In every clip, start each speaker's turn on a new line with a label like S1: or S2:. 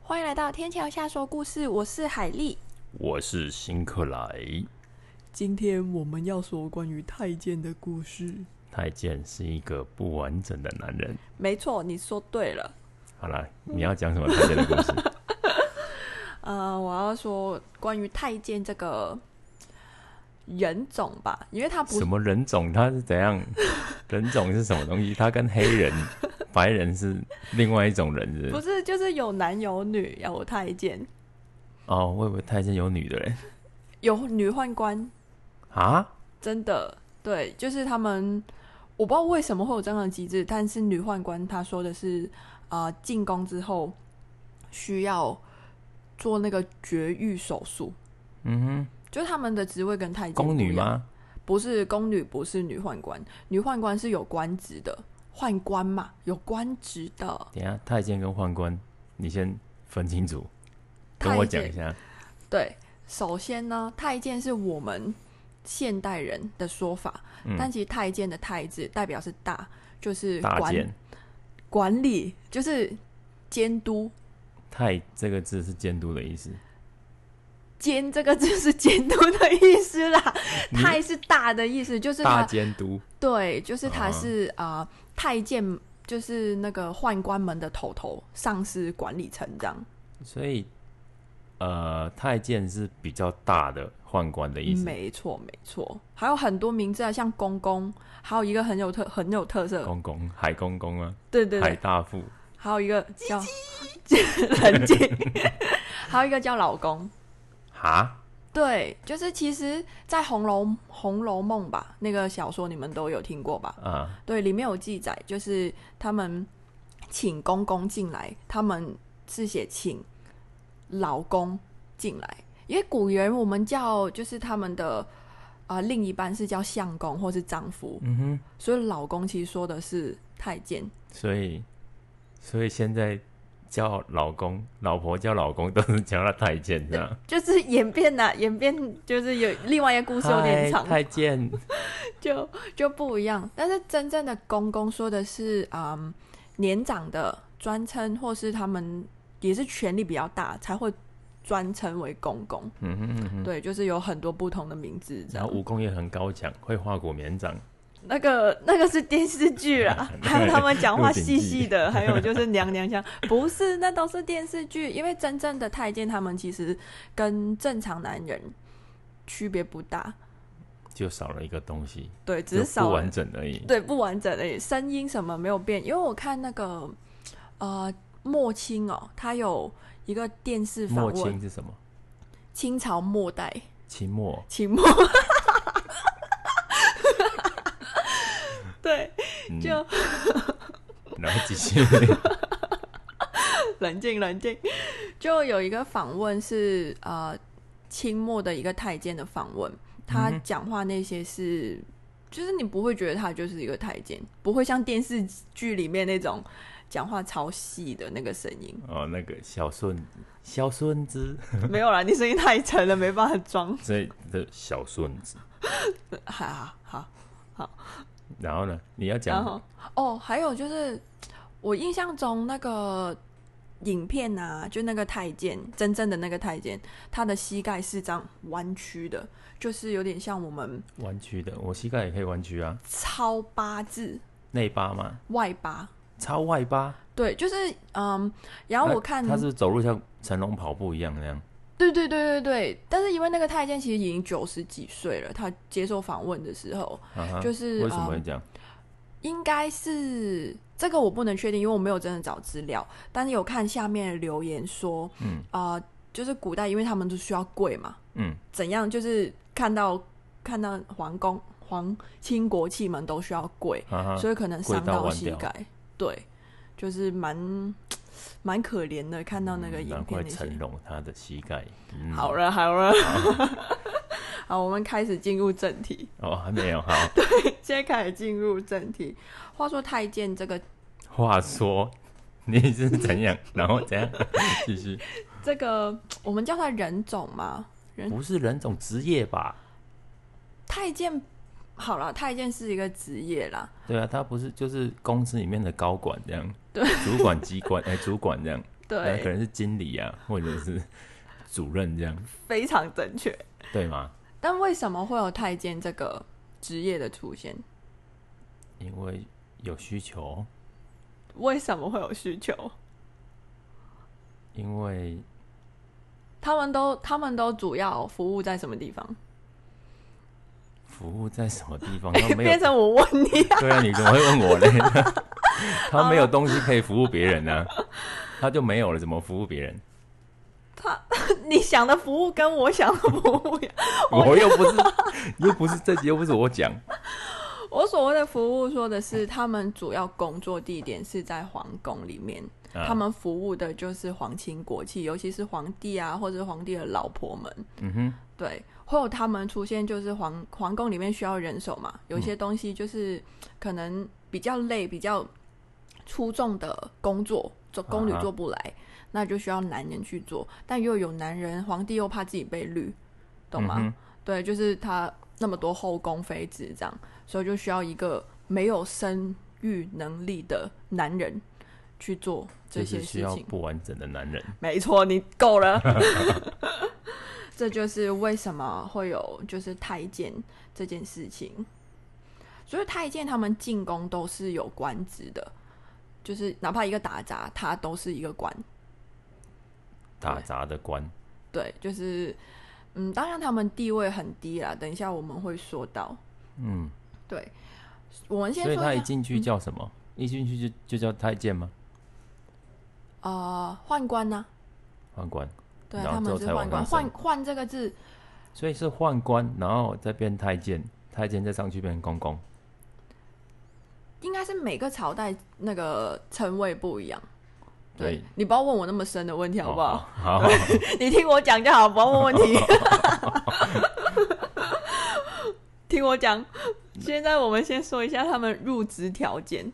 S1: 欢迎来到天桥下说故事，我是海丽。
S2: 我是辛克莱，
S1: 今天我们要说关于太监的故事。
S2: 太监是一个不完整的男人。
S1: 没错，你说对了。
S2: 好啦，
S1: 嗯
S2: 你要讲什么太监的故 事？
S1: 呃，我要说关于太监这个人种吧，因为他不
S2: 什么人种？他是怎样？人种是什么东西？他跟黑人、 白人是另外一种人是不
S1: 不
S2: 是？
S1: 是就是有男有女，有太监，
S2: 哦，我以为太监有女的嘞。
S1: 有女宦官，
S2: 啊？
S1: 真的对，就是他们，我不知道为什么会有这样的机制，但是女宦官她说的是，啊、进宫之后需要做那个绝育手术，
S2: 嗯
S1: 就是他们的职位跟太
S2: 哼，
S1: 监
S2: 宫
S1: 不
S2: 女
S1: 一样？
S2: 吗？
S1: 不是宫女，不是女宦官，女宦官是有官职的，宦官嘛，有官职的。
S2: 等一下，太监跟宦官，你先分清楚，跟
S1: 太
S2: 我
S1: 监
S2: 讲一下。
S1: 对，首先呢，太监是我们现代人的说法，
S2: 嗯
S1: 但其实太监的太字代表是大，就是
S2: 大
S1: 管
S2: 监，
S1: 管理就是监督，
S2: 太这个字是监督的意思。
S1: 监这个字是监督的意思啦，
S2: 你
S1: 太是大的意思，就是
S2: 大
S1: 他
S2: 监督
S1: 对，就是他
S2: 啊
S1: 是啊、呃太监就是那个宦官们的头头，上司管理层这样，
S2: 所以，呃，太监是比较大的宦官的意思。
S1: 没错没错，还有很多名字啊，像公公，还有一个很有特很有特色，
S2: 公公，海公公啊，
S1: 对对
S2: 海
S1: 对，
S2: 大富，
S1: 还有一个叫 冷静，还有一个叫老公。
S2: 哈，
S1: 对，就是其实，在《红楼红楼梦》吧，那个小说你们都有听过吧？
S2: 啊，
S1: 对，里面有记载，就是他们请公公进来，他们是写请老公进来，因为古人我们叫就是他们的啊、呃另一半是叫相公或是丈夫，
S2: 嗯哼，
S1: 所以老公其实说的是太监，
S2: 所以，所以现在叫老公、老婆叫老公都是叫他太监这样。
S1: 就是演变呐、演变就是有另外一个故事有点
S2: 嗨
S1: 长，啊
S2: 太监，
S1: 就就不一样。但是真正的公公说的是，嗯，年长的专称，或是他们也是权力比较大，才会专称为公公。
S2: 嗯哼嗯哼。
S1: 对，就是有很多不同的名字这
S2: 然
S1: 样
S2: 后。武功也很高强，会画骨绵掌，，
S1: 那个那个是电视剧啦 还有他们讲话
S2: 鹿鼎记
S1: 细细的，还有 就是娘娘腔，不是，那都是电视剧。因为真正的太监他们其实跟正常男人区别不大，
S2: 就少了一个东西，
S1: 对，只是
S2: 就
S1: 少
S2: 不
S1: 了
S2: 完整而已。
S1: 对，不完整的声音什么没有变，因为我看那个呃末清哦，他有一个电视访
S2: 末
S1: 问
S2: 清是什么？
S1: 清朝末代
S2: 清末
S1: 清末， 对，
S2: 嗯
S1: 就
S2: 然后继 续
S1: 冷静冷静，就有一个访问是呃清末的一个太监的访问，他
S2: 嗯哼
S1: 讲话那些是，就是你不会觉得他就是一个太监，不会像电视剧里面那种讲话超细的那个声音。
S2: 哦，那个小顺小孙子，
S1: 没有啦，你声音太沉了，没办法装。
S2: 所以这小顺子，
S1: 好好好，
S2: 然后呢，你要
S1: 然
S2: 讲
S1: 后哦，还有就是我印象中那个影片啊，就那个太监，真正的那个太监，他的膝盖是这样弯曲的，就是有点像我们
S2: 弯曲的，我膝盖也可以弯曲啊，
S1: 超八字
S2: 内八嘛，
S1: 外八。
S2: 超外八。
S1: 对，就是嗯，然后我看，
S2: 他是不是走路像成龙跑步一样那样，
S1: 对对对对对，但是因为那个太监其实已经九十几岁了，他接受访问的时候，
S2: 啊哈
S1: 就是
S2: 为什
S1: 嗯
S2: 么会这样？
S1: 应该是这个我不能确定，因为我没有真的找资料，但是有看下面的留言说，
S2: 嗯
S1: 啊、就是古代因为他们就需要跪嘛，
S2: 嗯，
S1: 怎样就是看到看到皇宫皇亲国戚们都需要跪，
S2: 啊哈，
S1: 所以可能
S2: 跪
S1: 伤
S2: 到弯
S1: 膝
S2: 掉
S1: 盖，对，就是蛮蛮可怜的，看到那个
S2: 嗯啊
S1: 影
S2: 难
S1: 片
S2: 怪
S1: 那些。
S2: 成龙他的膝盖，嗯，
S1: 好了好了， 好，我们开始进入正题，
S2: 哦，还没有好。
S1: 现在开始进入正题。话说太监这个
S2: 话说你是怎样， 然后怎样继续？
S1: 这个我们叫它人种嘛，人
S2: 不是人种职业吧？
S1: 太监好啦，太监是一个职业啦，
S2: 对啊，他不是就是公司里面的高管这样，对，主管机关哎、主管这样，那可
S1: 对，
S2: 能是经理啊，或者是主任这样，
S1: 非常正确。
S2: 对吗？
S1: 但为什么会有太监这个职业的出现？
S2: 因为有需求，
S1: 为什么会有需求？
S2: 因为
S1: 他们都他们都主要服务在什么地方？
S2: 服务在什么地 方，他没有
S1: 变成我问你，
S2: 对啊，你怎么会问我嘞？他没有东西可以服务别人呢、啊，他就没有了，怎么服务 别人？
S1: 你想的服务跟我想的服务一样，
S2: 我又不是， 又不是这集，又不是我讲。
S1: 我所谓的服务说的是他们主要工作地点是在皇宫里面，
S2: 啊
S1: 他，们服务的就是皇亲国戚，尤其是皇帝啊，或者是皇帝的老婆们。
S2: 嗯哼，
S1: 对，会有他们出现，就是皇皇宫里面需要人手嘛，有
S2: 嗯
S1: 些东西就是可能比较累、比较出众的工作，做宫女
S2: 啊哈
S1: 做不来，那就需要男人去做。但又有男人，皇帝又怕自己被绿，懂吗？
S2: 嗯哼
S1: 对，就是他那么多后宫妃子这样，所以就需要一个没有生育能力的男人去做这
S2: 就
S1: 些
S2: 是需
S1: 事
S2: 要
S1: 情。
S2: 不完整的男人。
S1: 没错，你够 了。 这就是为什么会有就是太监这件事情。所以太监他们进宫都是有官职的，就是哪怕一个打杂，他都是一个官。
S2: 打杂的官，
S1: 对，就是嗯，当然他们地位很低啦。等一下我们会说到。
S2: 嗯，
S1: 对，我们先
S2: 所以
S1: 说
S2: 他
S1: 一
S2: 一
S1: 下嗯
S2: 进去叫什么？一进去就就叫太监吗？
S1: 呃宦官呐、
S2: 宦官，
S1: 对啊，
S2: 然后
S1: 他们是
S2: 之后才
S1: 宦官。
S2: 往上升
S1: 宦宦这个字，
S2: 所以是宦官，然后再变太监，太监再上去变公公。
S1: 应该是每个朝代那个称谓不一样。对
S2: 对，
S1: 你不要问我那么深的问题好不好？
S2: 哦？好，好
S1: 你听我讲就好，不要问问题。听我讲，现在我们先说一下他们入职条件。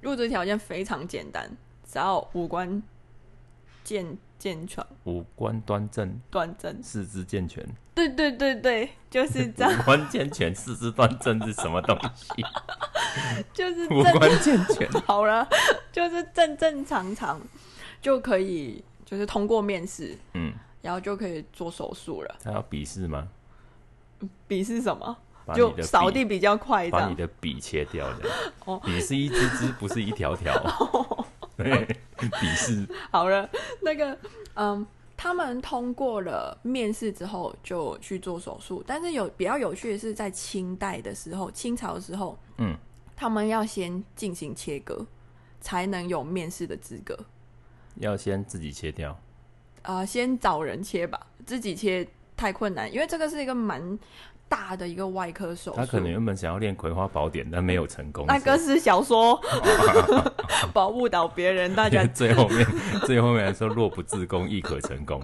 S1: 入职条件非常简单，只要五官健健全、
S2: 五官端正，
S1: 端正。
S2: 四肢健全。
S1: 对对对对，就是这样，
S2: 五官健全，四肢端正是什么东 西？
S1: 就是
S2: 五
S1: 正
S2: 官健全，
S1: 好了，就是正正常常就可以，就是通过面试，
S2: 嗯，
S1: 然后就可以做手术了。
S2: 他要笔试吗？
S1: 笔是什么？
S2: 把你
S1: 就
S2: 的
S1: 扫
S2: 笔
S1: 地比较快，这
S2: 把
S1: 样
S2: 你的笔切掉的
S1: 哦。
S2: 笔是一支支，不是一 条条。对，笔是
S1: 好了， 那个，嗯，他们通过了面试之后就去做手术，但是有比较有趣的是，在清代的时候，清朝的时候，
S2: 嗯，
S1: 他们要先进行切割，才能有面试的资格。
S2: 要先自己切掉。
S1: 呃，先找人切吧，自己切太困难，因为这个是一个蛮大的一个外科手术。
S2: 他可能原本想要练《葵花宝典》，但没有成功。
S1: 那个是小说， 不要误导别人，大
S2: 所
S1: 家
S2: 以 最后面，最后面来说，若不自宫，亦可成功。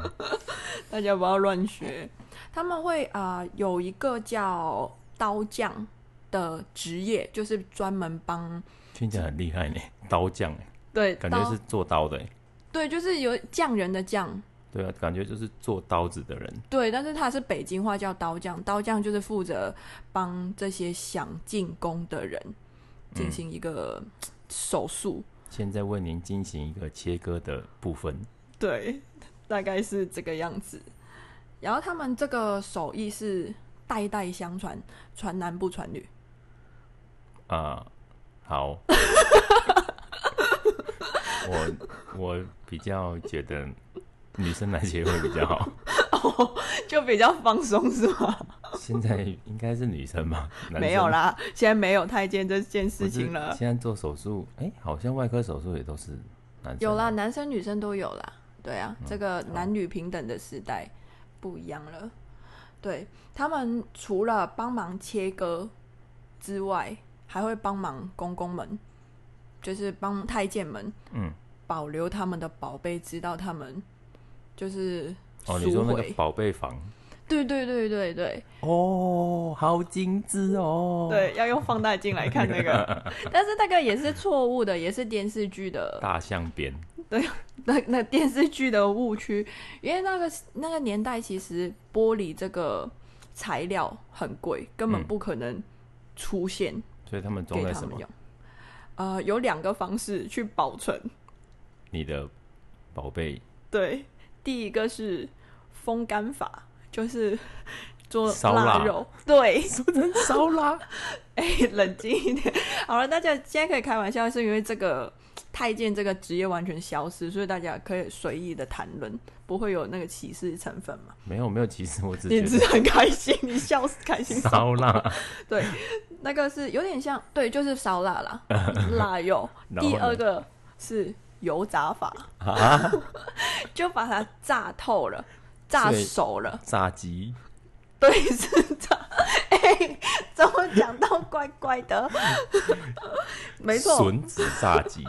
S1: 大家不要乱学。他们会啊、呃有一个叫刀匠的职业，就是专门帮
S2: 听起来很厉害呢，刀匠欸，
S1: 对
S2: 感觉
S1: 刀
S2: 是做刀的欸。
S1: 对，就是有匠人的匠。
S2: 对啊，感觉就是做刀子的人。
S1: 对，但是他是北京话叫刀匠，刀匠就是负责帮这些想进宫的人进行一个嘖手术，
S2: 现在为您进行一个切割的部分。
S1: 对，大概是这个样子。然后他们这个手艺是代代相传，传男不传女。
S2: 啊、 好，我我比较觉得女生来结婚比较 好。
S1: 就比较放松是吗？
S2: 现在应该是女生吧？男生
S1: 没有啦，现在没有太监这件
S2: 不
S1: 事
S2: 是
S1: 情了。
S2: 现在做手术，哎、好像外科手术也都是男生。
S1: 有啦，，男生女生都有啦。对啊，
S2: 嗯
S1: 这个男女平等的时代不一样了。对他们除了帮忙切割之外，还会帮忙公公们，就是帮太监们
S2: 嗯，
S1: 保留他们的宝贝，直到他们就是
S2: 哦，你说
S1: 赎
S2: 那
S1: 回
S2: 个。宝贝房，
S1: 对对对对对。
S2: 哦，好精致哦。，
S1: 对，要用放大镜来看那个， 但是那个也是错误的，也是电视剧的
S2: 大象边，
S1: 那那电视剧的误区，因为那个那个年代其实玻璃这个材料很贵，根本
S2: 嗯
S1: 不可能出现
S2: 所以他们装
S1: 给
S2: 在
S1: 他
S2: 什
S1: 们
S2: 么？
S1: 用。呃，有两个方式去保存，
S2: 你的宝 贝
S1: 对，第一个是风干法，就是做
S2: 烧腊
S1: 腊肉，对，
S2: 什么人烧啦？
S1: 哎、冷静一点。 好了，大家现在可以开玩笑，是因为这个太监这个职业完全消失，所以大家可以随意的谈论，不会有那个歧视成分嘛？
S2: 没有没有，其实我只
S1: 你
S2: 觉
S1: 只
S2: 得
S1: 是很开心，你笑死开心什么。
S2: 烧啦，
S1: 对， 那个是有点像，对，就是烧腊啦， 腊 肉。
S2: 然后
S1: 第
S2: 呢
S1: 二个是油炸法，
S2: 啊，
S1: 就把它炸透了，炸
S2: 所以
S1: 熟了。
S2: 炸鸡
S1: 对，是这样。哎、怎么讲到怪怪 的？没错，
S2: 笋子炸鸡，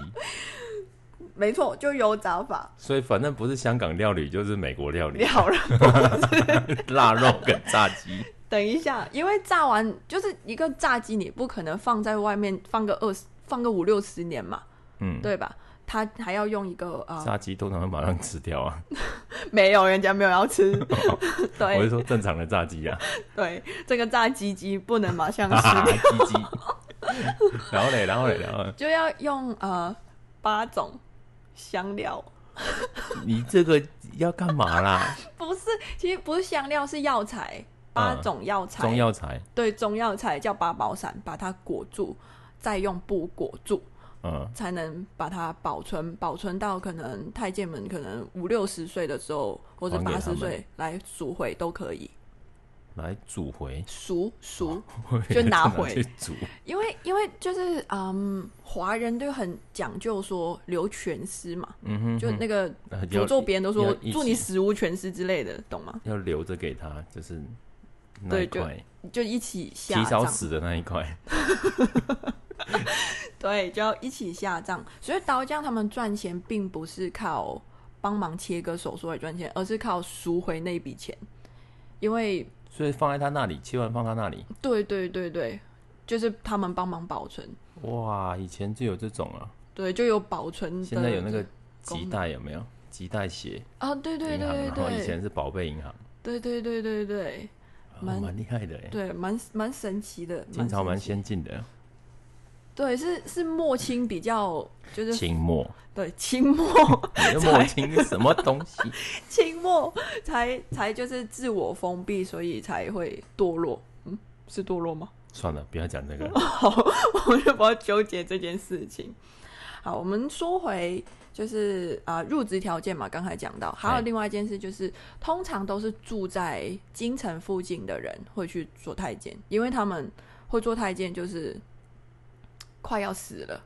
S1: 没错，就油炸法
S2: 所以反正不是香港料理就是美国 料理，
S1: 了了。
S2: 腊肉跟炸鸡，
S1: 等一下，因为炸完就是一个炸鸡，你不可能放在外面放个二十、放个五六十年嘛，
S2: 嗯，
S1: 对吧？它还要用一个啊、呃
S2: 炸鸡通常会马上吃掉啊，
S1: 没有人家没有要 吃，
S2: 我是
S1: 对
S2: 说正常的炸鸡啊，
S1: 对，这个炸鸡鸡 不能马 上
S2: 哈哈，
S1: 吃，
S2: 鸡鸡，然后嘞，然后嘞，然后嘞
S1: 就要用呃八种香料，
S2: 你这个要干嘛啦？
S1: 不是，其实不是香料，是药材，八
S2: 嗯
S1: 种药材，
S2: 中药材，
S1: 对中药材叫八宝散，把它裹住，再用布裹住，
S2: 嗯，
S1: 才能把它保存，保存到可能太监们可能五六十岁的时候，或者
S2: 还给
S1: 八
S2: 他
S1: 十
S2: 们
S1: 岁来赎回都可以，
S2: 来煮回，
S1: 赎赎，
S2: 我以
S1: 就
S2: 为
S1: 拿
S2: 是
S1: 回
S2: 去煮，
S1: 因为因为就是嗯，华人都很讲究说留全尸嘛，
S2: 嗯哼，
S1: 就那个
S2: 那
S1: 诅咒别人都说
S2: 要一起
S1: 祝你死无全尸之类的，懂吗？
S2: 要留着给他，就是那
S1: 对
S2: 一
S1: 就
S2: 块
S1: 就一起下
S2: 提早
S1: 葬，
S2: 死的那一块，
S1: 对，就要一起下葬。所以刀匠他们赚钱并不是靠帮忙切割手术来赚钱，而是靠赎回那笔钱。因为
S2: 所以放在他那里，切完放他那里。
S1: 对对对对，就是他们帮忙保存，
S2: 哇，以前就有这种啊，
S1: 对，就有保存的。
S2: 现在有那个
S1: 功
S2: 吉
S1: 能
S2: 袋有没有？吉袋鞋
S1: 啊，对对
S2: 银
S1: 对
S2: 行，
S1: 对
S2: 然后以
S1: 对，
S2: 前是宝贝银行，
S1: 对对对对对
S2: 哦
S1: 蛮
S2: 蛮厉害的哎，
S1: 对，蛮蛮神奇的。
S2: 清朝蛮
S1: 神奇
S2: 先进的，
S1: 对，是是末清比较就是
S2: 清末，
S1: 对清末。
S2: 你的末清是什么东西？
S1: 清末才才就是自我封闭，所以才会堕落。嗯，是堕落吗？
S2: 算了，不要讲 这个了。
S1: 好，我就不要纠结这件事情。好，我们说回就是啊、入职条件嘛，刚才讲到，还有
S2: 哎
S1: 另外一件事就是，通常都是住在京城附近的人会去做太监，因为他们会做太监就是快要死了，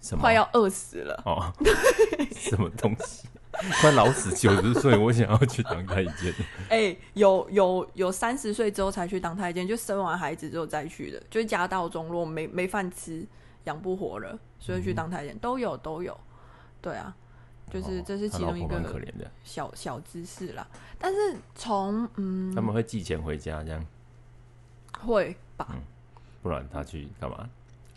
S2: 什么？
S1: 快要饿死了。
S2: 哦， 什么东西？快老死九十岁，我想要去当太监。
S1: 哎、有有有三十岁之后才去当太监，就生完孩子之后再去的，就是家道中落，没没饭吃，养不活了，所以去当太监、都有都有，对啊， 就是
S2: 哦
S1: 这是
S2: 他
S1: 其
S2: 老
S1: 中一
S2: 婆蛮可
S1: 个
S2: 怜的，
S1: 小小知识啦。但是从嗯
S2: 他们会寄钱回家，这样，
S1: 会吧
S2: 嗯不然他去干嘛？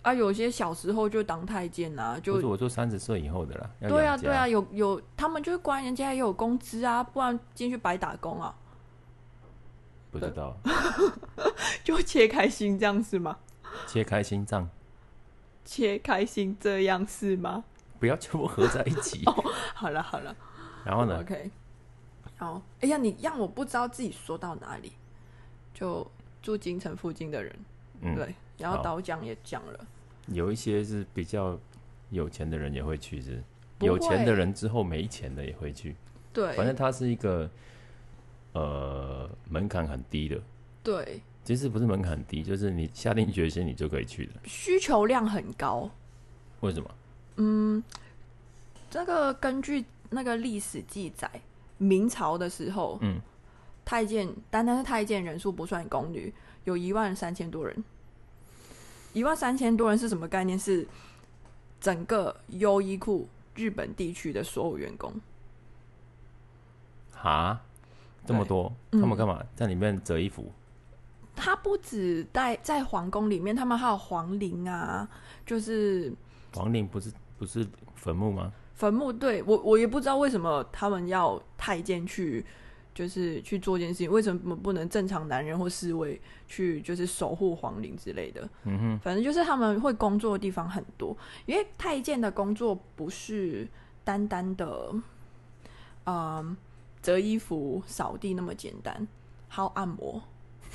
S1: 啊，有些小时候就当太监啊，
S2: 不是
S1: 就
S2: 我说三十岁以后的啦，要
S1: 对啊
S2: 养家
S1: 对啊，，有有他们就是官人家也有工资啊，不然进去白打工啊，
S2: 不知道
S1: 就切开心这样是吗？
S2: 切开心脏，
S1: 切开心这样是吗？
S2: 不要全部合在一 起。
S1: 哦好了好了。
S2: 然后呢，
S1: 哦 OK，好，哎呀，你让我不知道自己说到哪里，就住京城附近的人，
S2: 嗯，
S1: 对，然后
S2: 好
S1: 刀匠也讲了，
S2: 有一些是比较有钱的人也会去，是不是
S1: 不会
S2: 有钱的人之后没钱的也会去，
S1: 对，
S2: 反正它是一个呃门槛很低的，
S1: 对，
S2: 其实不是门槛低，就是你下定决心你就可以去的。
S1: 需求量很高，
S2: 为什么？
S1: 这个根据那个历史记载，明朝的时候，
S2: 嗯，
S1: 太监单单是太监人数不算宫女，有一万三千多人。一万三千多人是什么概念？是整个优衣库日本地区的所有员工。
S2: 哈，这么
S1: 对
S2: 多，他
S1: 嗯
S2: 们干嘛、在里面折衣服？
S1: 他不止在在皇宫里面，他们还有皇陵啊，就是
S2: 皇陵不是不是坟墓吗？
S1: 坟墓。对我，我也不知道为什么他们要太监去就是去做件事情，为什么不能正常男人或侍卫去就是守护皇陵之类的？
S2: 嗯哼，
S1: 反正就是他们会工作的地方很多，因为太监的工作不是单单的，嗯，折衣服、扫地那么简单，还有按摩，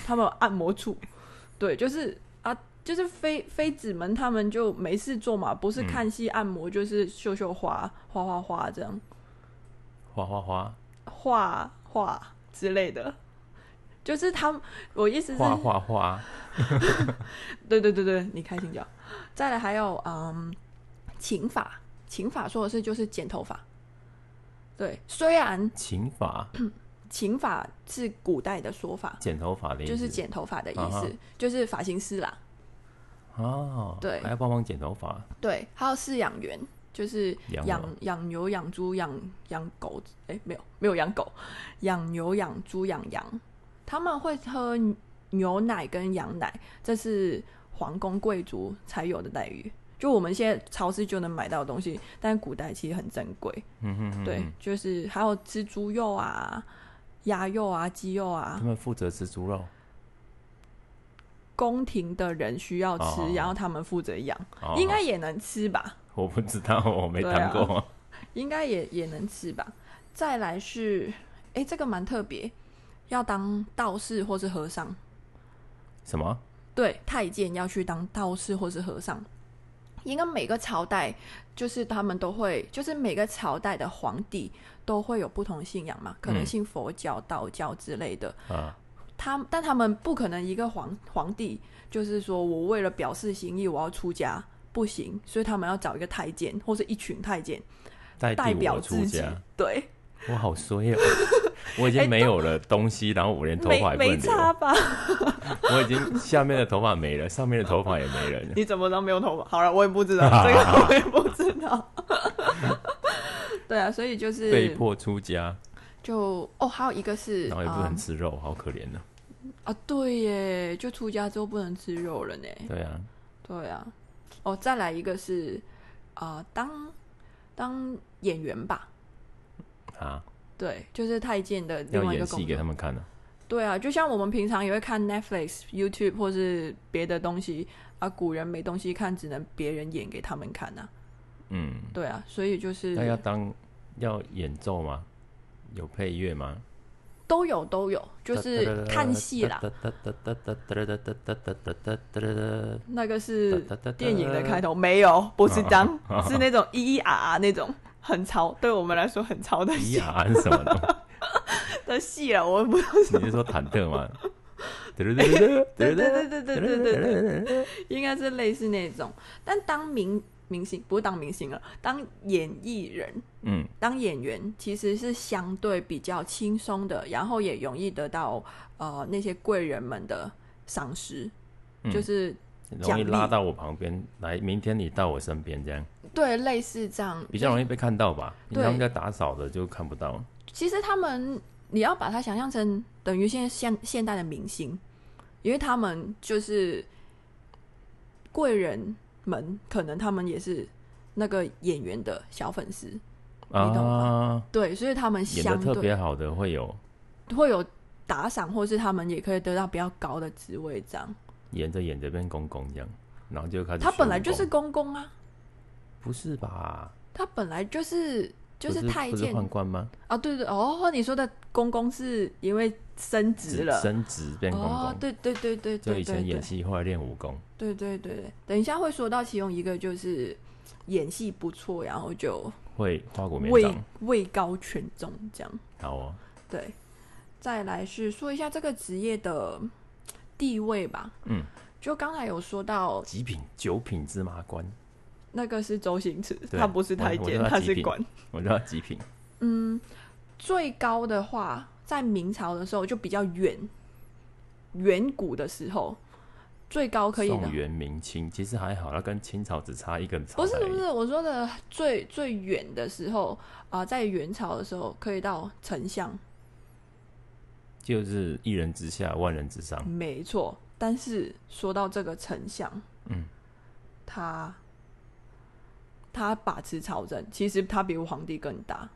S1: 他们有按摩处，对，就是啊，就是妃妃子们他们就没事做嘛，不
S2: 嗯
S1: 是看戏按摩，就是绣绣花、画画画这样，
S2: 花花花
S1: 画画之类的。就是他们，我意思是
S2: 画画画，
S1: 对对对对，你开心就好。再来还有嗯，琴法，琴法说的是就是剪头发。对，虽然
S2: 琴法
S1: 琴法是古代的说法，
S2: 剪头发的意思，
S1: 就是剪头发的意思，
S2: 啊哈
S1: 就是发型师啦。
S2: 哦，
S1: 对
S2: 还要帮忙剪头发，
S1: 对，还有饲养员，就是
S2: 养
S1: 养
S2: 我
S1: 养牛、养猪、养养狗，哎、没有没有养狗，养牛、养猪、养羊，他们会喝牛奶跟羊奶，这是皇宫贵族才有的待遇。就我们现在超市就能买到的东西，但古代其实很珍贵。
S2: 嗯哼哼，
S1: 对，就是还有吃猪肉啊、鸭肉啊、鸡肉
S2: 他
S1: 啊，
S2: 们负责吃猪肉，
S1: 宫廷的人需要吃，
S2: 哦
S1: 然后他们负责养，
S2: 哦
S1: 应该也能吃吧？
S2: 我不知道，我没当
S1: 对啊
S2: 过，
S1: 应该也也能吃吧。再来是，诶，这个蛮特别，要当道士或是和尚。
S2: 什么？
S1: 对，太监要去当道士或是和尚。应该每个朝代，就是他们都会，就是每个朝代的皇帝都会有不同的信仰嘛，可能
S2: 嗯
S1: 信佛教、道教之类的。
S2: 啊，
S1: 他但他们不可能一个皇皇帝就是说我为了表示心意，我要出家，不行，所以他们要找一个太监或是一群太监
S2: 代
S1: 代
S2: 替
S1: 表
S2: 我出
S1: 自己
S2: 家，。
S1: 对，
S2: 我好 衰哦！我已经没有了东西，然后我连头发
S1: 没
S2: 也不
S1: 没
S2: 能留，
S1: 差 吧？
S2: 我已经下面的头发没了，上面的头发也没了。
S1: 你怎么知道没有头发？好了，我也不知 道，这个我也不知道。对啊，所以就
S2: 被
S1: 是
S2: 迫出家，
S1: 就哦，还有一个是
S2: 然后也不
S1: 啊
S2: 能吃肉，好可怜哦呢、
S1: 啊，对耶，就出家之后不能吃肉了呢。
S2: 对啊，
S1: 对啊，哦，再来一个是啊、当当演员吧，
S2: 啊，
S1: 对，就是太监的另
S2: 要
S1: 外一
S2: 演
S1: 个
S2: 戏
S1: 工
S2: 给他
S1: 作。
S2: 们看呢、
S1: 对啊，就像我们平常也会看 Netflix、YouTube 或是别的东西啊，古人没东西看，只能别人演给他们看啊。
S2: 嗯，
S1: 对啊，所以就是
S2: 那要当要演奏吗？有配乐吗？
S1: 都有都有，就是看戏啦。。那个是电影的开头，没有，不是当，是那种咿咿啊啊那种很潮，对我们来说很潮的
S2: 咿
S1: 戏
S2: 呀啊是什么东
S1: 的戏了。我不，
S2: 西？你是说忐忑吗？对对对
S1: 对
S2: 对
S1: 对对对对对对，
S2: 对对，
S1: 应该是类似那种。但当明明星不是当明星了，当演艺人、
S2: 嗯，
S1: 当演员，其实是相对比较轻松的，然后也容易得到呃那些贵人们的赏识，
S2: 嗯
S1: 就是
S2: 容易
S1: 奖励
S2: 拉到我旁边来，明天你到我身边，这样
S1: 对类似这样
S2: 比较容易被看到吧？
S1: 对
S2: 平常在打扫的就看不到，
S1: 其实他们，你要把它想象成等于现在现现代的明星，因为他们就是贵人们，可能他们也是那个演员的小粉丝，你懂
S2: 啊，
S1: 对，所以他们
S2: 演的
S1: 相
S2: 特
S1: 对
S2: 别好的会有
S1: 会有打赏，或是他们也可以得到比较高的职位，这样。
S2: 演着演着变公公这样，然后就开始
S1: 他
S2: 学
S1: 本来
S2: 武
S1: 就是
S2: 功
S1: 公公啊，
S2: 不是吧？
S1: 他本来就是就
S2: 不是
S1: 太
S2: 不是
S1: 监
S2: 宦官吗？
S1: 啊，对对哦，你说的公公是因为升职了。
S2: 升职变公
S1: 哦
S2: 公，，
S1: 对对对对对
S2: 就
S1: 对
S2: 以前
S1: 对
S2: 演戏后来练武功，
S1: 对对对，对等一下会说到其中一个就是演戏不错，然后就
S2: 会花果绵
S1: 位
S2: 掌，
S1: 位高权重这样。
S2: 好哦，
S1: 对，再来是说一下这个职业的地位吧。
S2: 嗯，
S1: 就刚才有说到
S2: 极品九品芝麻官，
S1: 那个是周星驰，
S2: 对
S1: 他不是太
S2: 我我
S1: 监
S2: 知，道
S1: 他
S2: 极
S1: 是
S2: 品
S1: 官。
S2: 我叫极品，
S1: 嗯，最高的话，在明朝的时候就比较远，远古的时候最高可以呢
S2: 宋。元明清，其实还好，它跟清朝只差一个朝
S1: 不是
S2: 代而
S1: 不
S2: 已，
S1: 是，我说的最最远的时候啊、在元朝的时候可以到丞相，
S2: 就是一人之下，万人之上。
S1: 没错。但是说到这个丞相，
S2: 嗯，
S1: 他他把持朝政，其实他比皇帝更大。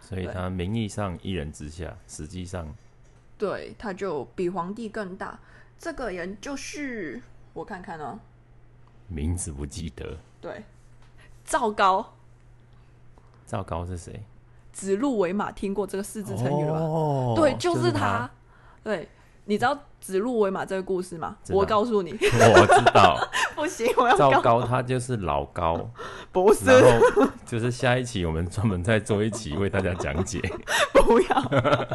S2: 所以
S1: 对
S2: 他名义上一人之下，实际上
S1: 对，他就比皇帝更大。这个人就是我看看哦，
S2: 名字不记得。
S1: 对，赵高，
S2: 赵高是谁？
S1: 指鹿为马，听过这个四字成语了吧？
S2: 哦
S1: 对，就是
S2: 他
S1: 他。。对，你知道指鹿为马这个故事吗？
S2: 知道
S1: 我告诉你，
S2: 我知 道，
S1: 不行，我要
S2: 赵
S1: 告，
S2: 高他就是老高，
S1: 不是，
S2: 然后就是下一期我们专门再做一期为大家讲解，
S1: 不要，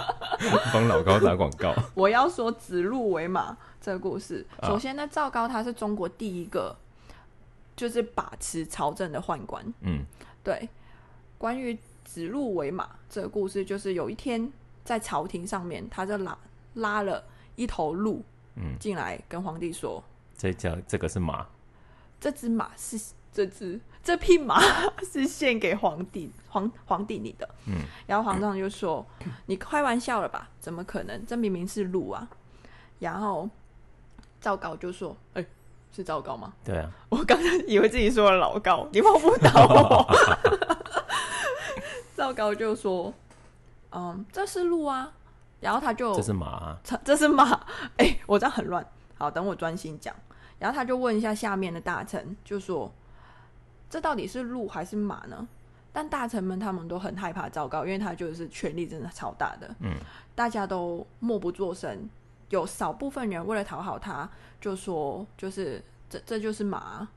S2: 帮老高打广告。
S1: 我要说指鹿为马这个故事。
S2: 啊
S1: 首先呢，赵高他是中国第一个就是把持朝政的宦官。
S2: 嗯，
S1: 对，关于指鹿为马这个故事，就是有一天在朝廷上面，他就拉拉了一头鹿，
S2: 嗯
S1: 进来跟皇帝说，
S2: 这叫这个是马，
S1: 这只马是这只这匹马 是献给皇帝皇皇帝你的。
S2: 嗯，
S1: 然后皇上就说：“你开玩笑了吧？怎么可能？这明明是鹿啊！”然后赵高就说：“哎、是赵高吗？
S2: 对啊，
S1: 我刚才以为自己说了老高，你碰不到 我。赵高就说：“嗯，这是鹿啊。”然后他就
S2: 这是马啊，
S1: 这这是马，哎、我这样很乱。好，等我专心讲。然后他就问一下下面的大臣，就说：“这到底是鹿还是马呢？”但大臣们他们都很害怕赵高，因为他就是权力真的超大的，
S2: 嗯，
S1: 大家都默不作声。有少部分人为了讨好他，就说就是这这就是马，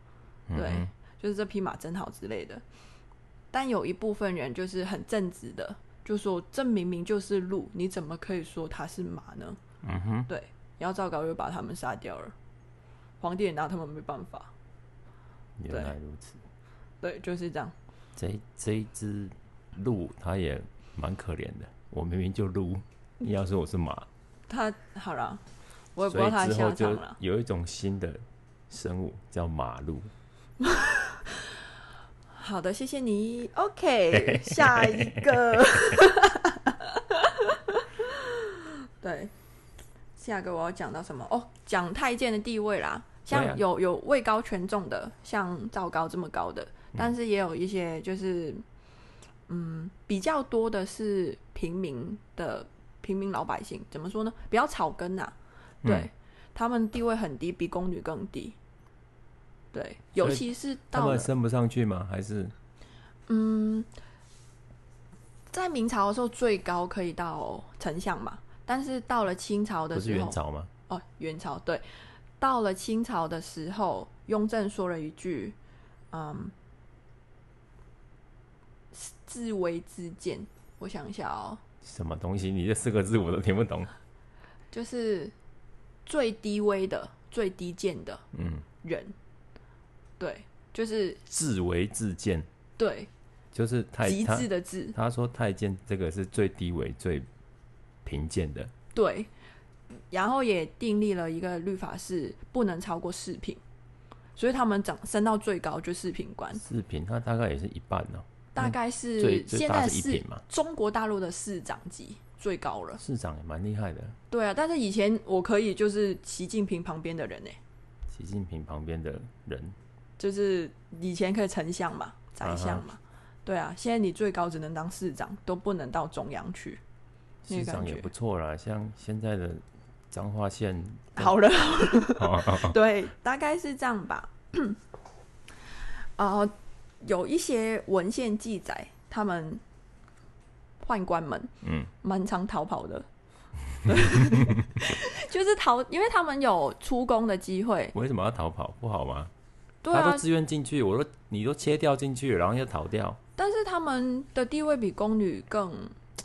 S2: 嗯
S1: 对
S2: 哼，
S1: 就是这匹马真好之类的。但有一部分人就是很正直的，就说这明明就是鹿，你怎么可以说它是马呢？
S2: 嗯哼，
S1: 对，然后赵高又把他们杀掉了，皇帝也拿他们没办法。
S2: 原来如此。
S1: 对，就是这样。
S2: 这这一只鹿它也蛮可怜的，我明明就鹿，你要说我是马，
S1: 他好了，我也不知
S2: 所
S1: 道他
S2: 以之后
S1: 下场
S2: 就
S1: 了。
S2: 有一种新的生物叫马鹿。
S1: 好的，谢谢你。OK，下 一个。对，下个我要讲到什么？哦，讲太监的地位啦。
S2: 对啊
S1: 像有有位高权重的，像赵高这么高的，
S2: 嗯
S1: 但是也有一些就是，嗯，比较多的是平民的平民老百姓，怎么说呢？比较草根呐、对、
S2: 嗯
S1: 他们地位很低，比宫女更低。对，尤
S2: 所以
S1: 其是
S2: 他
S1: 到了
S2: 们升不上去吗？还是
S1: 嗯，在明朝的时候最高可以到丞相嘛，但是到了清朝的
S2: 不是
S1: 时
S2: 元
S1: 候，
S2: 朝吗？
S1: 哦，元朝对，到了清朝的时候，雍正说了一句，嗯，自为自贱。我想一下哦，
S2: 什么东西？你这四个字我都听不懂。
S1: 就是最低微的、最低贱的
S2: 嗯，
S1: 人，对，就是
S2: 自为自贱，
S1: 对
S2: 就是太
S1: 极
S2: 他
S1: 致的致，
S2: 他说太监这个是最低微最贫贱的。
S1: 对，然后也订立了一个律法是不能超过四品，所以他们涨升到最高就四品官，
S2: 四品，它大概也是一半哦、
S1: 大概
S2: 最
S1: 是
S2: 最
S1: 现
S2: 大
S1: 在
S2: 是一
S1: 是
S2: 品嘛。
S1: 中国大陆的市长级最高了。
S2: 市长也蛮厉害的，
S1: 对啊，但是以前我可以就是习近平旁边的人呢、欸
S2: 习近平旁边的人，
S1: 就是以前可以丞相嘛、宰相嘛。对啊，现在你最高只能当市长，都不能到中央去。那
S2: 市
S1: 个
S2: 长
S1: 感
S2: 也
S1: 觉
S2: 不错啦。像现在的彰化县， 哦
S1: 好了，好了， 对，大概是这样吧。 呃，有一些文献记载，他们宦官们
S2: 嗯，
S1: 蛮常逃跑的， 对，就是逃，因为他们有出宫的机会。
S2: 为什么要逃跑？不好吗？
S1: 对
S2: 他
S1: 啊
S2: 都，自愿进去，我都你都切掉进去，然后又逃掉，
S1: 但是他们的地位比宫女更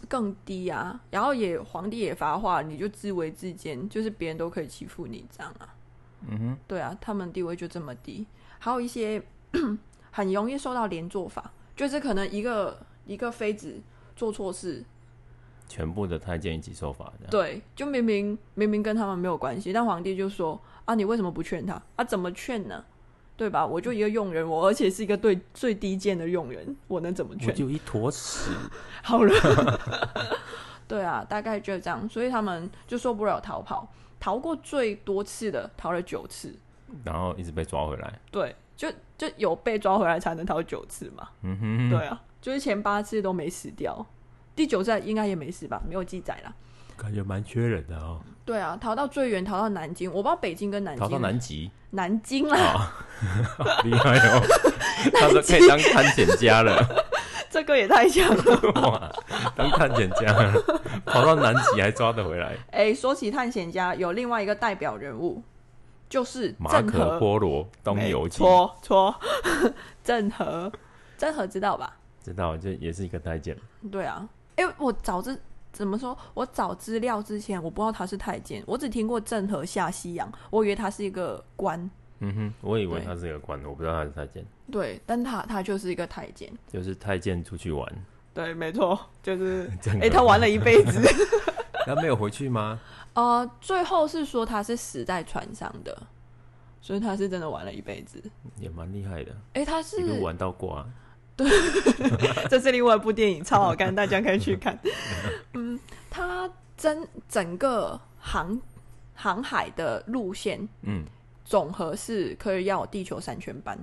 S1: 更低啊。然后也皇帝也发话，你就自为自贱，就是别人都可以欺负你这样啊。
S2: 嗯哼，
S1: 对啊，他们地位就这么低，还有一些 很容易受到连坐法，就是可能一个一个妃子做错事，
S2: 全部的太监一起受罚这样。
S1: 对，就明明明明跟他们没有关系，但皇帝就说啊，你为什么不劝他？啊，怎么劝呢？对吧？我就一个佣人，我而且是一个最最低贱的佣人，我能怎么
S2: 我
S1: 劝？
S2: 就一坨屎，
S1: 好了， 对啊，大概就这样，所以他们就受不了逃跑，逃过最多次的逃了九次，
S2: 然后一直被抓回来。
S1: 对，就就有被抓回来才能逃九次嘛。
S2: 嗯哼，
S1: 对啊，就是前八次都没死掉，第九寨应该也没事吧，没有记载啦。
S2: 感觉蛮缺人的哦。
S1: 对啊，逃到最远，逃到南京，我不知道北京跟南京，
S2: 逃到 南哦极，
S1: 南京啊啦，
S2: 好厉害哦！他说可以当探险家了，
S1: 这个也太强了。
S2: 哇，当探险家了，跑到南极还抓得回来。
S1: 哎、说起探险家，有另外一个代表人物，就是
S2: 马
S1: 郑
S2: 可
S1: 和。
S2: 波罗东
S1: 没
S2: 游记，
S1: 错错， 郑和，郑和知道吧？
S2: 知道这也是一个太监，
S1: 对啊，哎、我早知怎么说？我找资料之前，我不知道他是太监，我只听过郑和下西洋，我以为他是一个官，
S2: 嗯哼，我以为
S1: 对
S2: 他是一个官，我不知道他是太监，
S1: 对，但他他就是一个太监。
S2: 就是太监出去玩。
S1: 对，没错， 就是
S2: 郑
S1: 哎、
S2: 和
S1: 他玩了一辈 子。
S2: 他没有回去吗？
S1: 呃，最后是说他是死在船上的，所以他是真的玩了一辈子。
S2: 也蛮厉害的，
S1: 哎、他
S2: 一
S1: 是
S2: 路 玩到挂。
S1: 这是另外一部电影，超好看，大家可以去 看。嗯，它整整个航航海的路线
S2: 嗯，
S1: 总和是可以要地球三圈半，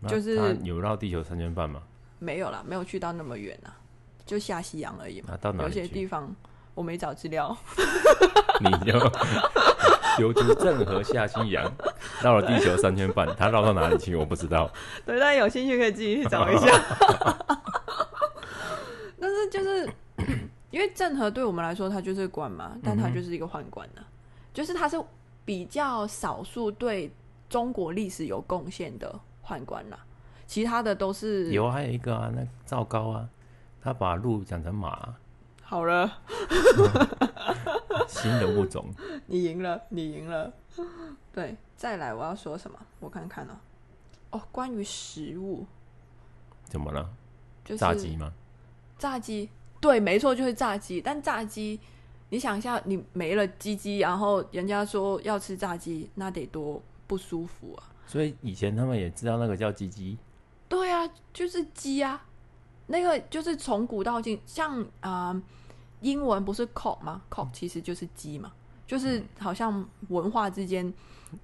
S2: 那
S1: 就是
S2: 他有绕地球三圈半嘛？
S1: 没有啦，没有去到那么远啊，就下西洋而已嘛。
S2: 那到哪
S1: 有
S2: 里去？
S1: 些地方我没找资料，
S2: 你就 游出郑和下西洋，绕了地球三圈半，他绕到哪里去？我不知道。
S1: 对，大家有兴趣可以自己去找一下。 但是就是因为郑和对我们来说，他就是官嘛，但他就是一个宦官呐、就是他是比较少数对中国历史有贡献的宦官啦、其他的都是
S2: 有啊还有一个啊，那赵高啊，他把鹿讲成马啊，
S1: 好了，
S2: 新的物种。
S1: 你赢了，你赢了。对，再来我要说什么？我看看啊，哦，关于食物，
S2: 怎么了？
S1: 就是
S2: 炸鸡吗？
S1: 炸鸡，对，没错，就是炸鸡。但炸鸡，你想一下，你没了鸡鸡，然后人家说要吃炸鸡，那得多不舒服啊！
S2: 所以以前他们也知道那个叫鸡鸡，
S1: 对啊，就是鸡啊，那个就是从古到今，像啊、呃英文不是 cock 吗？cock
S2: 嗯
S1: 其实就是鸡嘛，就是好像文化之间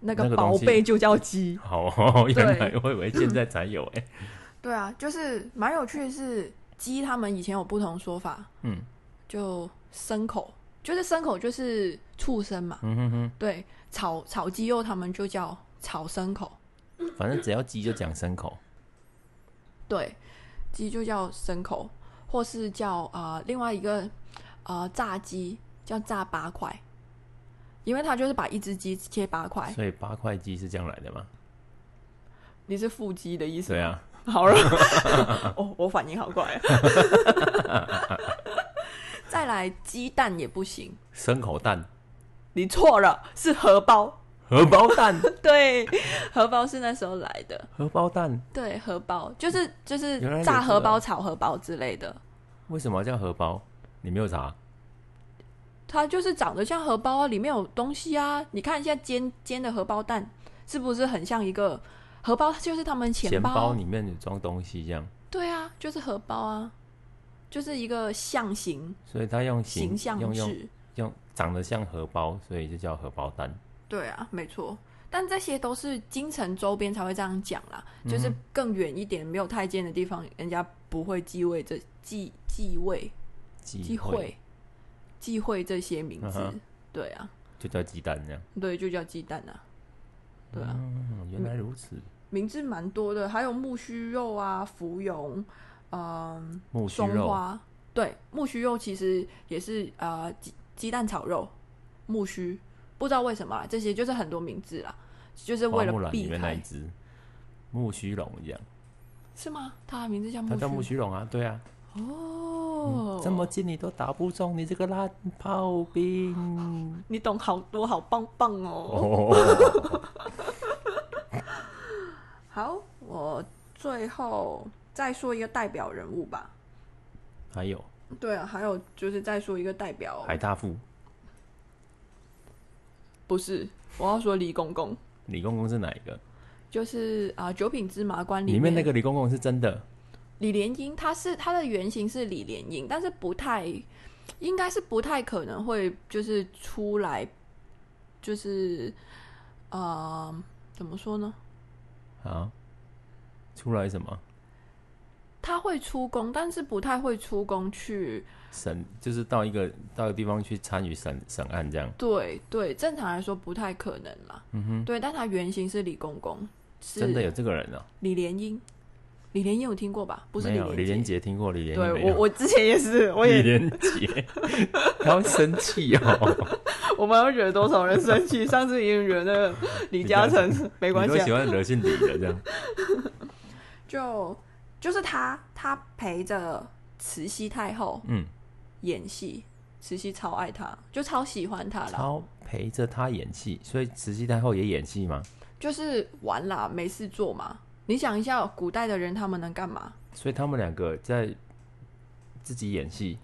S1: 那
S2: 那
S1: 个
S2: 个
S1: 宝
S2: 东西
S1: 贝就叫鸡。
S2: 好、哦，
S1: 对
S2: 原来我以为现在才有哎、
S1: 对啊，就是蛮有趣的是，鸡他们以前有不同说法，
S2: 嗯，
S1: 就牲口，就是牲口就是畜生嘛，
S2: 嗯哼哼，
S1: 对，炒炒鸡肉他们就叫炒牲口，
S2: 嗯反正只要鸡就讲牲口，
S1: 对，鸡就叫牲口，或是叫啊、呃另外一个呃炸鸡叫炸八块，因为它就是把一只鸡切八块，
S2: 所以八块鸡是这样来的吗？
S1: 你是腹肌的意思
S2: 对
S1: 吗？
S2: 啊，
S1: 好了，哦，我反应好快、 啊。再来，鸡蛋也不行，
S2: 牲口蛋、
S1: 你错了，是荷包。
S2: 荷包蛋、
S1: 对，荷包是那时候来的。
S2: 荷包蛋，
S1: 对，荷包就是就是
S2: 原来有
S1: 炸
S2: 这
S1: 荷
S2: 个
S1: 包、炒荷包之类的，
S2: 为什么叫荷包？你没有查？
S1: 它就是长得像荷包啊，里面有东西啊。你看一下煎煎的荷包蛋，是不是很像一个荷包？就是他们钱
S2: 钱
S1: 包。
S2: 包里面有装东西这样，
S1: 对啊，就是荷包啊，就是一个象形
S2: 所以它用形
S1: 形象
S2: 用用
S1: 制。
S2: 用长得像荷包，所以就叫荷包蛋。
S1: 对啊，没错。但这些都是京城周边才会这样讲啦，
S2: 嗯
S1: 就是更远一点没有太监的地方，人家不会忌讳这忌忌讳忌
S2: 鸡
S1: 讳忌讳这些名字。
S2: 嗯哼
S1: 对啊，
S2: 就叫鸡蛋这样。
S1: 对，就叫鸡蛋啊。对啊，
S2: 嗯，原来如此。
S1: 名字蛮多的，还有木须肉啊、芙蓉，嗯、
S2: 木须
S1: 松
S2: 肉，
S1: 花。对，木须肉其实也是呃鸡鸡蛋炒肉，木须，不知道为什么啦，这些就是很多名字啦，就是为
S2: 花木
S1: 了
S2: 兰
S1: 避
S2: 里面那一
S1: 开，
S2: 只木须龙这样，
S1: 是吗？它的名字叫
S2: 它叫木
S1: 木须
S2: 须嗯龙啊，对啊，
S1: 哦，
S2: 这么近你都打不中，你这个烂炮兵。
S1: 你懂好多，好棒棒哦。
S2: 哦，
S1: 好，我最后再说一个代表人物吧。
S2: 还有
S1: 对啊，还有就是再说一个代表，
S2: 海大富，
S1: 不是，我要说李公公，
S2: 李公公是哪一个？
S1: 就是啊、九品芝麻官
S2: 里面那个李公公是真的，
S1: 李莲英，她是她的原型是李莲英，但是不太，应该是不太可能会就是出来，就是呃，怎么说呢？
S2: 啊，出来什么？
S1: 他会出宫，但是不太会出宫去。
S2: 审就是到一个到一个地方去参与审审案这样。
S1: 对对，正常来说不太可能啦。
S2: 嗯哼，
S1: 对，但他原型是李公公，
S2: 真的
S1: 是
S2: 有这个人啊？
S1: 李莲英。李莲英有听过吧？不是
S2: 没有，李
S1: 连
S2: 连杰听过李连
S1: 对
S2: 杰没有
S1: 我，我之前也是，我
S2: 李
S1: 也
S2: 连杰， 他会生气哦。
S1: 我们要惹多少人生气？上次已经惹那个李嘉诚， 没
S2: 你
S1: 关
S2: 都
S1: 系啊
S2: 喜，欢惹姓李的这样。
S1: 就就是他，他陪着慈禧太后
S2: 嗯，
S1: 演戏，慈禧超爱他，就超喜欢他啦，
S2: 超陪着他演戏，所以慈禧太后也演戏吗？
S1: 就是玩啦，没事做嘛。你想一下，古代的人他们能干嘛？
S2: 所以他们两个在自己演戏，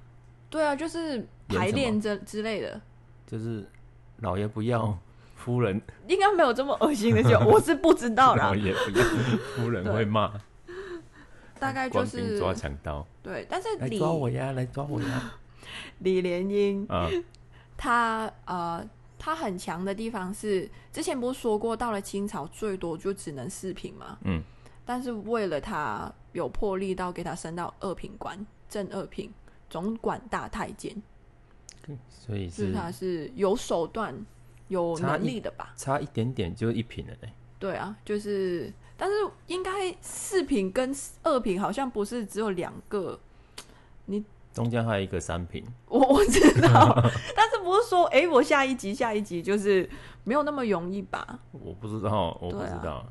S1: 对啊，就是排练这之类的，
S2: 就是老爷不要夫人，
S1: 应该没有这么恶心的就我是不知道啦
S2: 老，爷不要夫人会骂，
S1: 大概就
S2: 官兵
S1: 是
S2: 抓强盗，
S1: 对，但是
S2: 来
S1: 李
S2: 抓我呀，来抓我呀！
S1: 李莲英
S2: 啊，
S1: 他呃，他很强的地方是，之前不是说过，到了清朝最多就只能四品嘛。
S2: 嗯。
S1: 但是为了他有魄力到给他升到二品官，正二品，总管大太监，
S2: 所以
S1: 就是
S2: 是
S1: 他是有手段、有
S2: 差
S1: 能
S2: 一
S1: 力的吧？
S2: 差一点点就一品了呢。
S1: 对啊，就是，但是应该四品跟二品好像不是只有两个。
S2: 中间还有一个三品，
S1: 我我知 道，但是不是说，哎、我下一集下一集就是没有那么容易吧？
S2: 我不知道，我不
S1: 对
S2: 知
S1: 啊
S2: 道，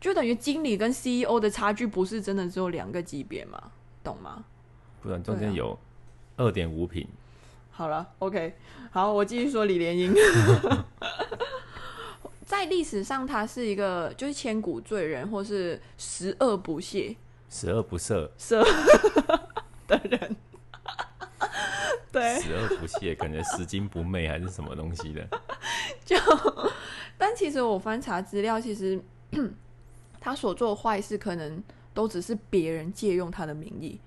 S1: 就等于经理跟 CEO 的差距不是真的只有两个级别嘛，懂吗？
S2: 不然中
S1: 对啊
S2: 间有二点五品，
S1: 好了，OK，好，我继续说李莲英。 在历史上，他是一个就是千古罪人，或是十恶不赦
S2: 十二不赦，
S1: 赦的人。 对，
S2: 十二不屑，感觉拾金不昧还是什么东西的。
S1: 就，但其实我翻查资料，其实 他所做的坏事，可能都只是别人借用他的名义，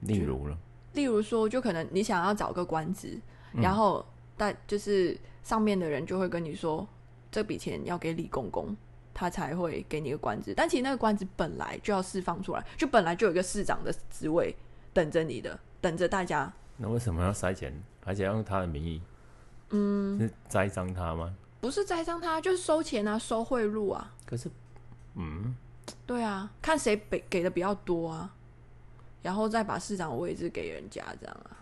S2: 例如了，
S1: 例如说，就可能你想要找个官职，
S2: 嗯
S1: 然后但就是上面的人就会跟你说，这笔钱要给李公公，他才会给你个官职。但其实那个官职本来就要释放出来，就本来就有一个市长的职位等着你的，等着大家。
S2: 那为什么要塞钱，而且要用他的名义？嗯，是栽赃他吗？
S1: 不是栽赃他，就是收钱啊，收贿赂啊，
S2: 可是，嗯，
S1: 对啊，看谁给给的比较多啊，然后再把市长位置给人家这样啊，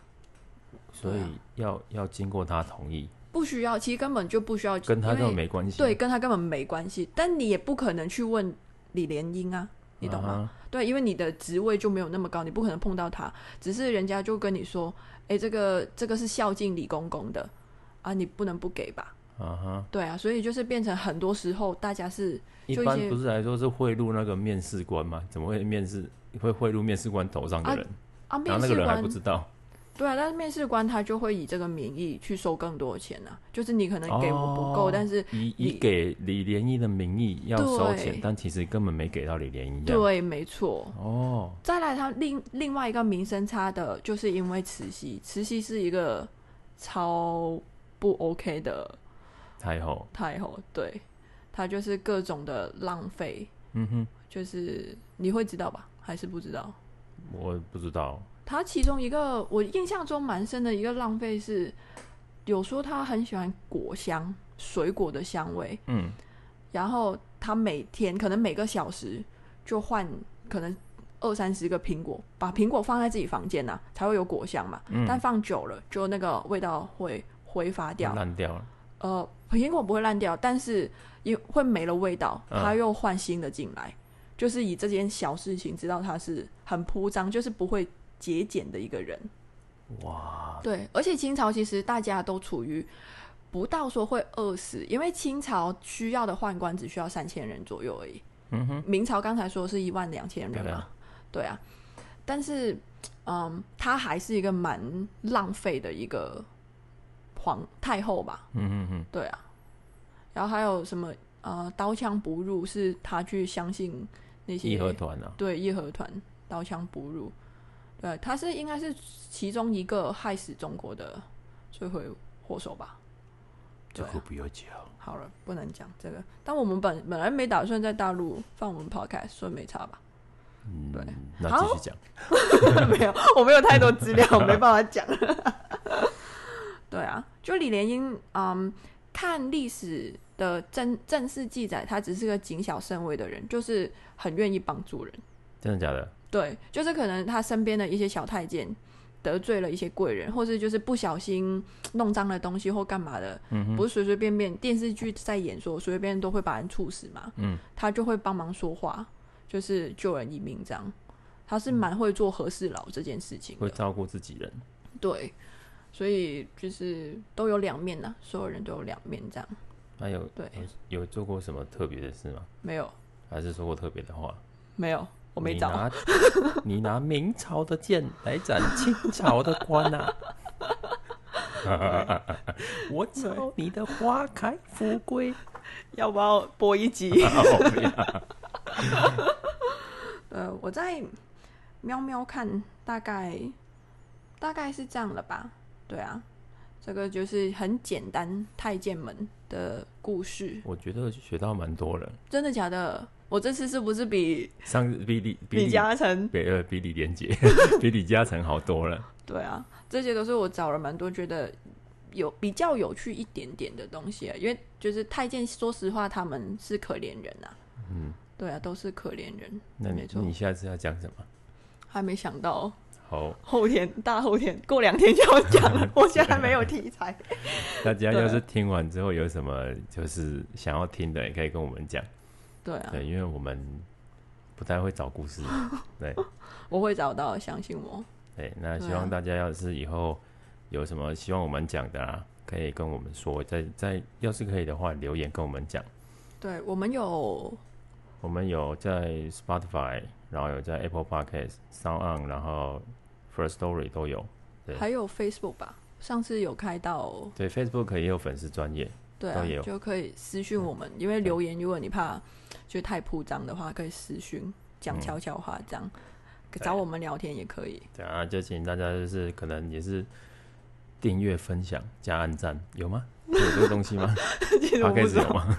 S2: 所
S1: 对
S2: 以
S1: 啊
S2: 要、要经过他同意，
S1: 不需要，其实根本就不需要，
S2: 跟他
S1: 因为
S2: 根本没关系。
S1: 对，，跟他根本没关系。但你也不可能去问李莲英啊，你懂吗？
S2: 啊、
S1: 对，因为你的职位就没有那么高，你不可能碰到他。只是人家就跟你说，哎、这个这个是孝敬李公公的啊，你不能不给吧？
S2: 啊哈，
S1: 对啊，所以就是变成很多时候大家是
S2: 一
S1: 就一
S2: 般
S1: 些
S2: 不是来说是贿赂那个面试官吗？怎么会面试会贿赂面试官头上的
S1: 啊
S2: 人？
S1: 啊，
S2: 然
S1: 面
S2: 后那
S1: 试
S2: 个人还不
S1: 官
S2: 知道，
S1: 对啊，但是面试官他就会以这个名义去收更多的钱啊，就是你可能给我不够，
S2: 哦
S1: 但是
S2: 以
S1: 你
S2: 以给李莲一的名义要收钱
S1: 对，
S2: 但其实根本没给到李莲一。这样，
S1: 对，没错，
S2: 哦，
S1: 再来，他另另外一个名声差的，就是因为慈禧，慈禧是一个超不 OK 的
S2: 太后，
S1: 太后，对，她就是各种的浪费，
S2: 嗯哼，
S1: 就是你会知道吧？还是不知道？
S2: 我不知道，
S1: 她其中一个我印象中蛮深的一个浪费是，有说她很喜欢果香，水果的香味，
S2: 嗯，
S1: 然后她每天可能每个小时就换可能二三十个苹果，把苹果放在自己房间呐、啊才会有果香嘛。
S2: 嗯
S1: 但放久了，就那个味道会挥发掉。
S2: 烂掉了，
S1: 呃，苹果不会烂掉，但是也会没了味道，
S2: 嗯
S1: 它又换新的进来。就是以这件小事情知道他是很铺张，就是不会节俭的一个人。
S2: 哇，
S1: 对，而且清朝其实大家都处于不到说会饿死，因为清朝需要的宦官只需要三千人左右而已。
S2: 嗯哼，
S1: 明朝刚才说是一万两千人
S2: 对
S1: 嘛
S2: 啊，
S1: 对啊，但是嗯，她还是一个蛮浪费的一个皇太后吧，
S2: 嗯哼哼，
S1: 对啊。然后还有什么呃，刀枪不入是她去相信那些
S2: 义和团啊，
S1: 对义和团刀枪不入，对，他是应该是其中一个害死中国的罪魁祸首吧？对啊
S2: 不要讲，
S1: 好了，不能讲这个。但我们本本来没打算在大陆放我们 podcast，所以没差吧？
S2: 嗯
S1: 对，
S2: 那
S1: 好
S2: 继续讲。
S1: 没有， 我没有太多资料，我没办法讲。 对啊，就李莲英，嗯，看历史的正正式记载，他只是个谨小慎微的人，就是很愿意帮助人。
S2: 真的假的？
S1: 对，就是可能他身边的一些小太监得罪了一些贵人，或是就是不小心弄脏了东西或干嘛的，
S2: 嗯哼，
S1: 不是随随便便电视剧在演说随随便便都会把人处死嘛，
S2: 嗯，
S1: 他就会帮忙说话，就是救人一命这样。他是蛮会做和事佬这件事情
S2: 嗯会
S1: 的，
S2: 照顾自己人。
S1: 对，所以就是都有两面呐、啊所有人都有两面这样，
S2: 那有
S1: 对，
S2: 有做过什么特别的事吗？
S1: 没有
S2: 还是说过特别的话？
S1: 没有，我没
S2: 你
S1: 找，
S2: 拿你拿 明朝的剑来斩清朝的 官呐、啊！我朝你的花开富 贵。
S1: 要不要播一集？
S2: 哦啊
S1: 呃，我在喵喵看，大概大概是这样了吧？对啊，这个就是很简单太监们的故事，
S2: 我觉得学到蛮多了，
S1: 真的假的？我这次是不是比
S2: 上次比李
S1: 比
S2: 李
S1: 嘉诚？
S2: 比呃比李 连杰比李嘉诚好多了。
S1: 对啊，这些都是我找了蛮多觉得有比较有趣一点点的东西啊，因为就是太监，说实话他们是可怜人啊，
S2: 嗯，
S1: 对啊，都是可怜人，
S2: 那
S1: 没
S2: 你
S1: 错
S2: 你下次要讲什么？
S1: 还没想到
S2: 好，
S1: 后天大后天过两天就要讲 了，我现在没有
S2: 啊
S1: 题材。
S2: 大家
S1: 对
S2: 要是听完之后有什么就是想要听的，也可以跟我们讲。
S1: 对啊，
S2: 对，因为我们不太会找故事。对。
S1: 我会找到，相信我。
S2: 对，那
S1: 对
S2: 希
S1: 啊
S2: 望大家要是以后有什么希望我们讲的啊，可以跟我们说，在在要是可以的话，留言跟我们讲。
S1: 对我们有
S2: 我们有在 Spotify，然后有在 Apple Podcast、Sound On，然后 First Story 都有。对
S1: 还有 Facebook 吧，上次有开到，
S2: 对，Facebook 也有粉丝专业，
S1: 对啊
S2: 都有，嗯
S1: 就可以私讯我们，因为留言如果你怕就太铺张的话，可以私讯讲
S2: 嗯
S1: 悄悄话这样。
S2: 对
S1: 找我们聊天也可以，
S2: 对啊，就请大家就是可能也是订阅、分享、加按赞，有吗？有这个东西吗
S1: 其 实我不知
S2: ？Podcast 有
S1: 道。
S2: 吗？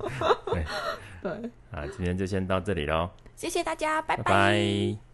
S1: 对，
S2: 啊，今天就先到这里喽，
S1: 谢谢大家，
S2: 拜
S1: 拜
S2: 拜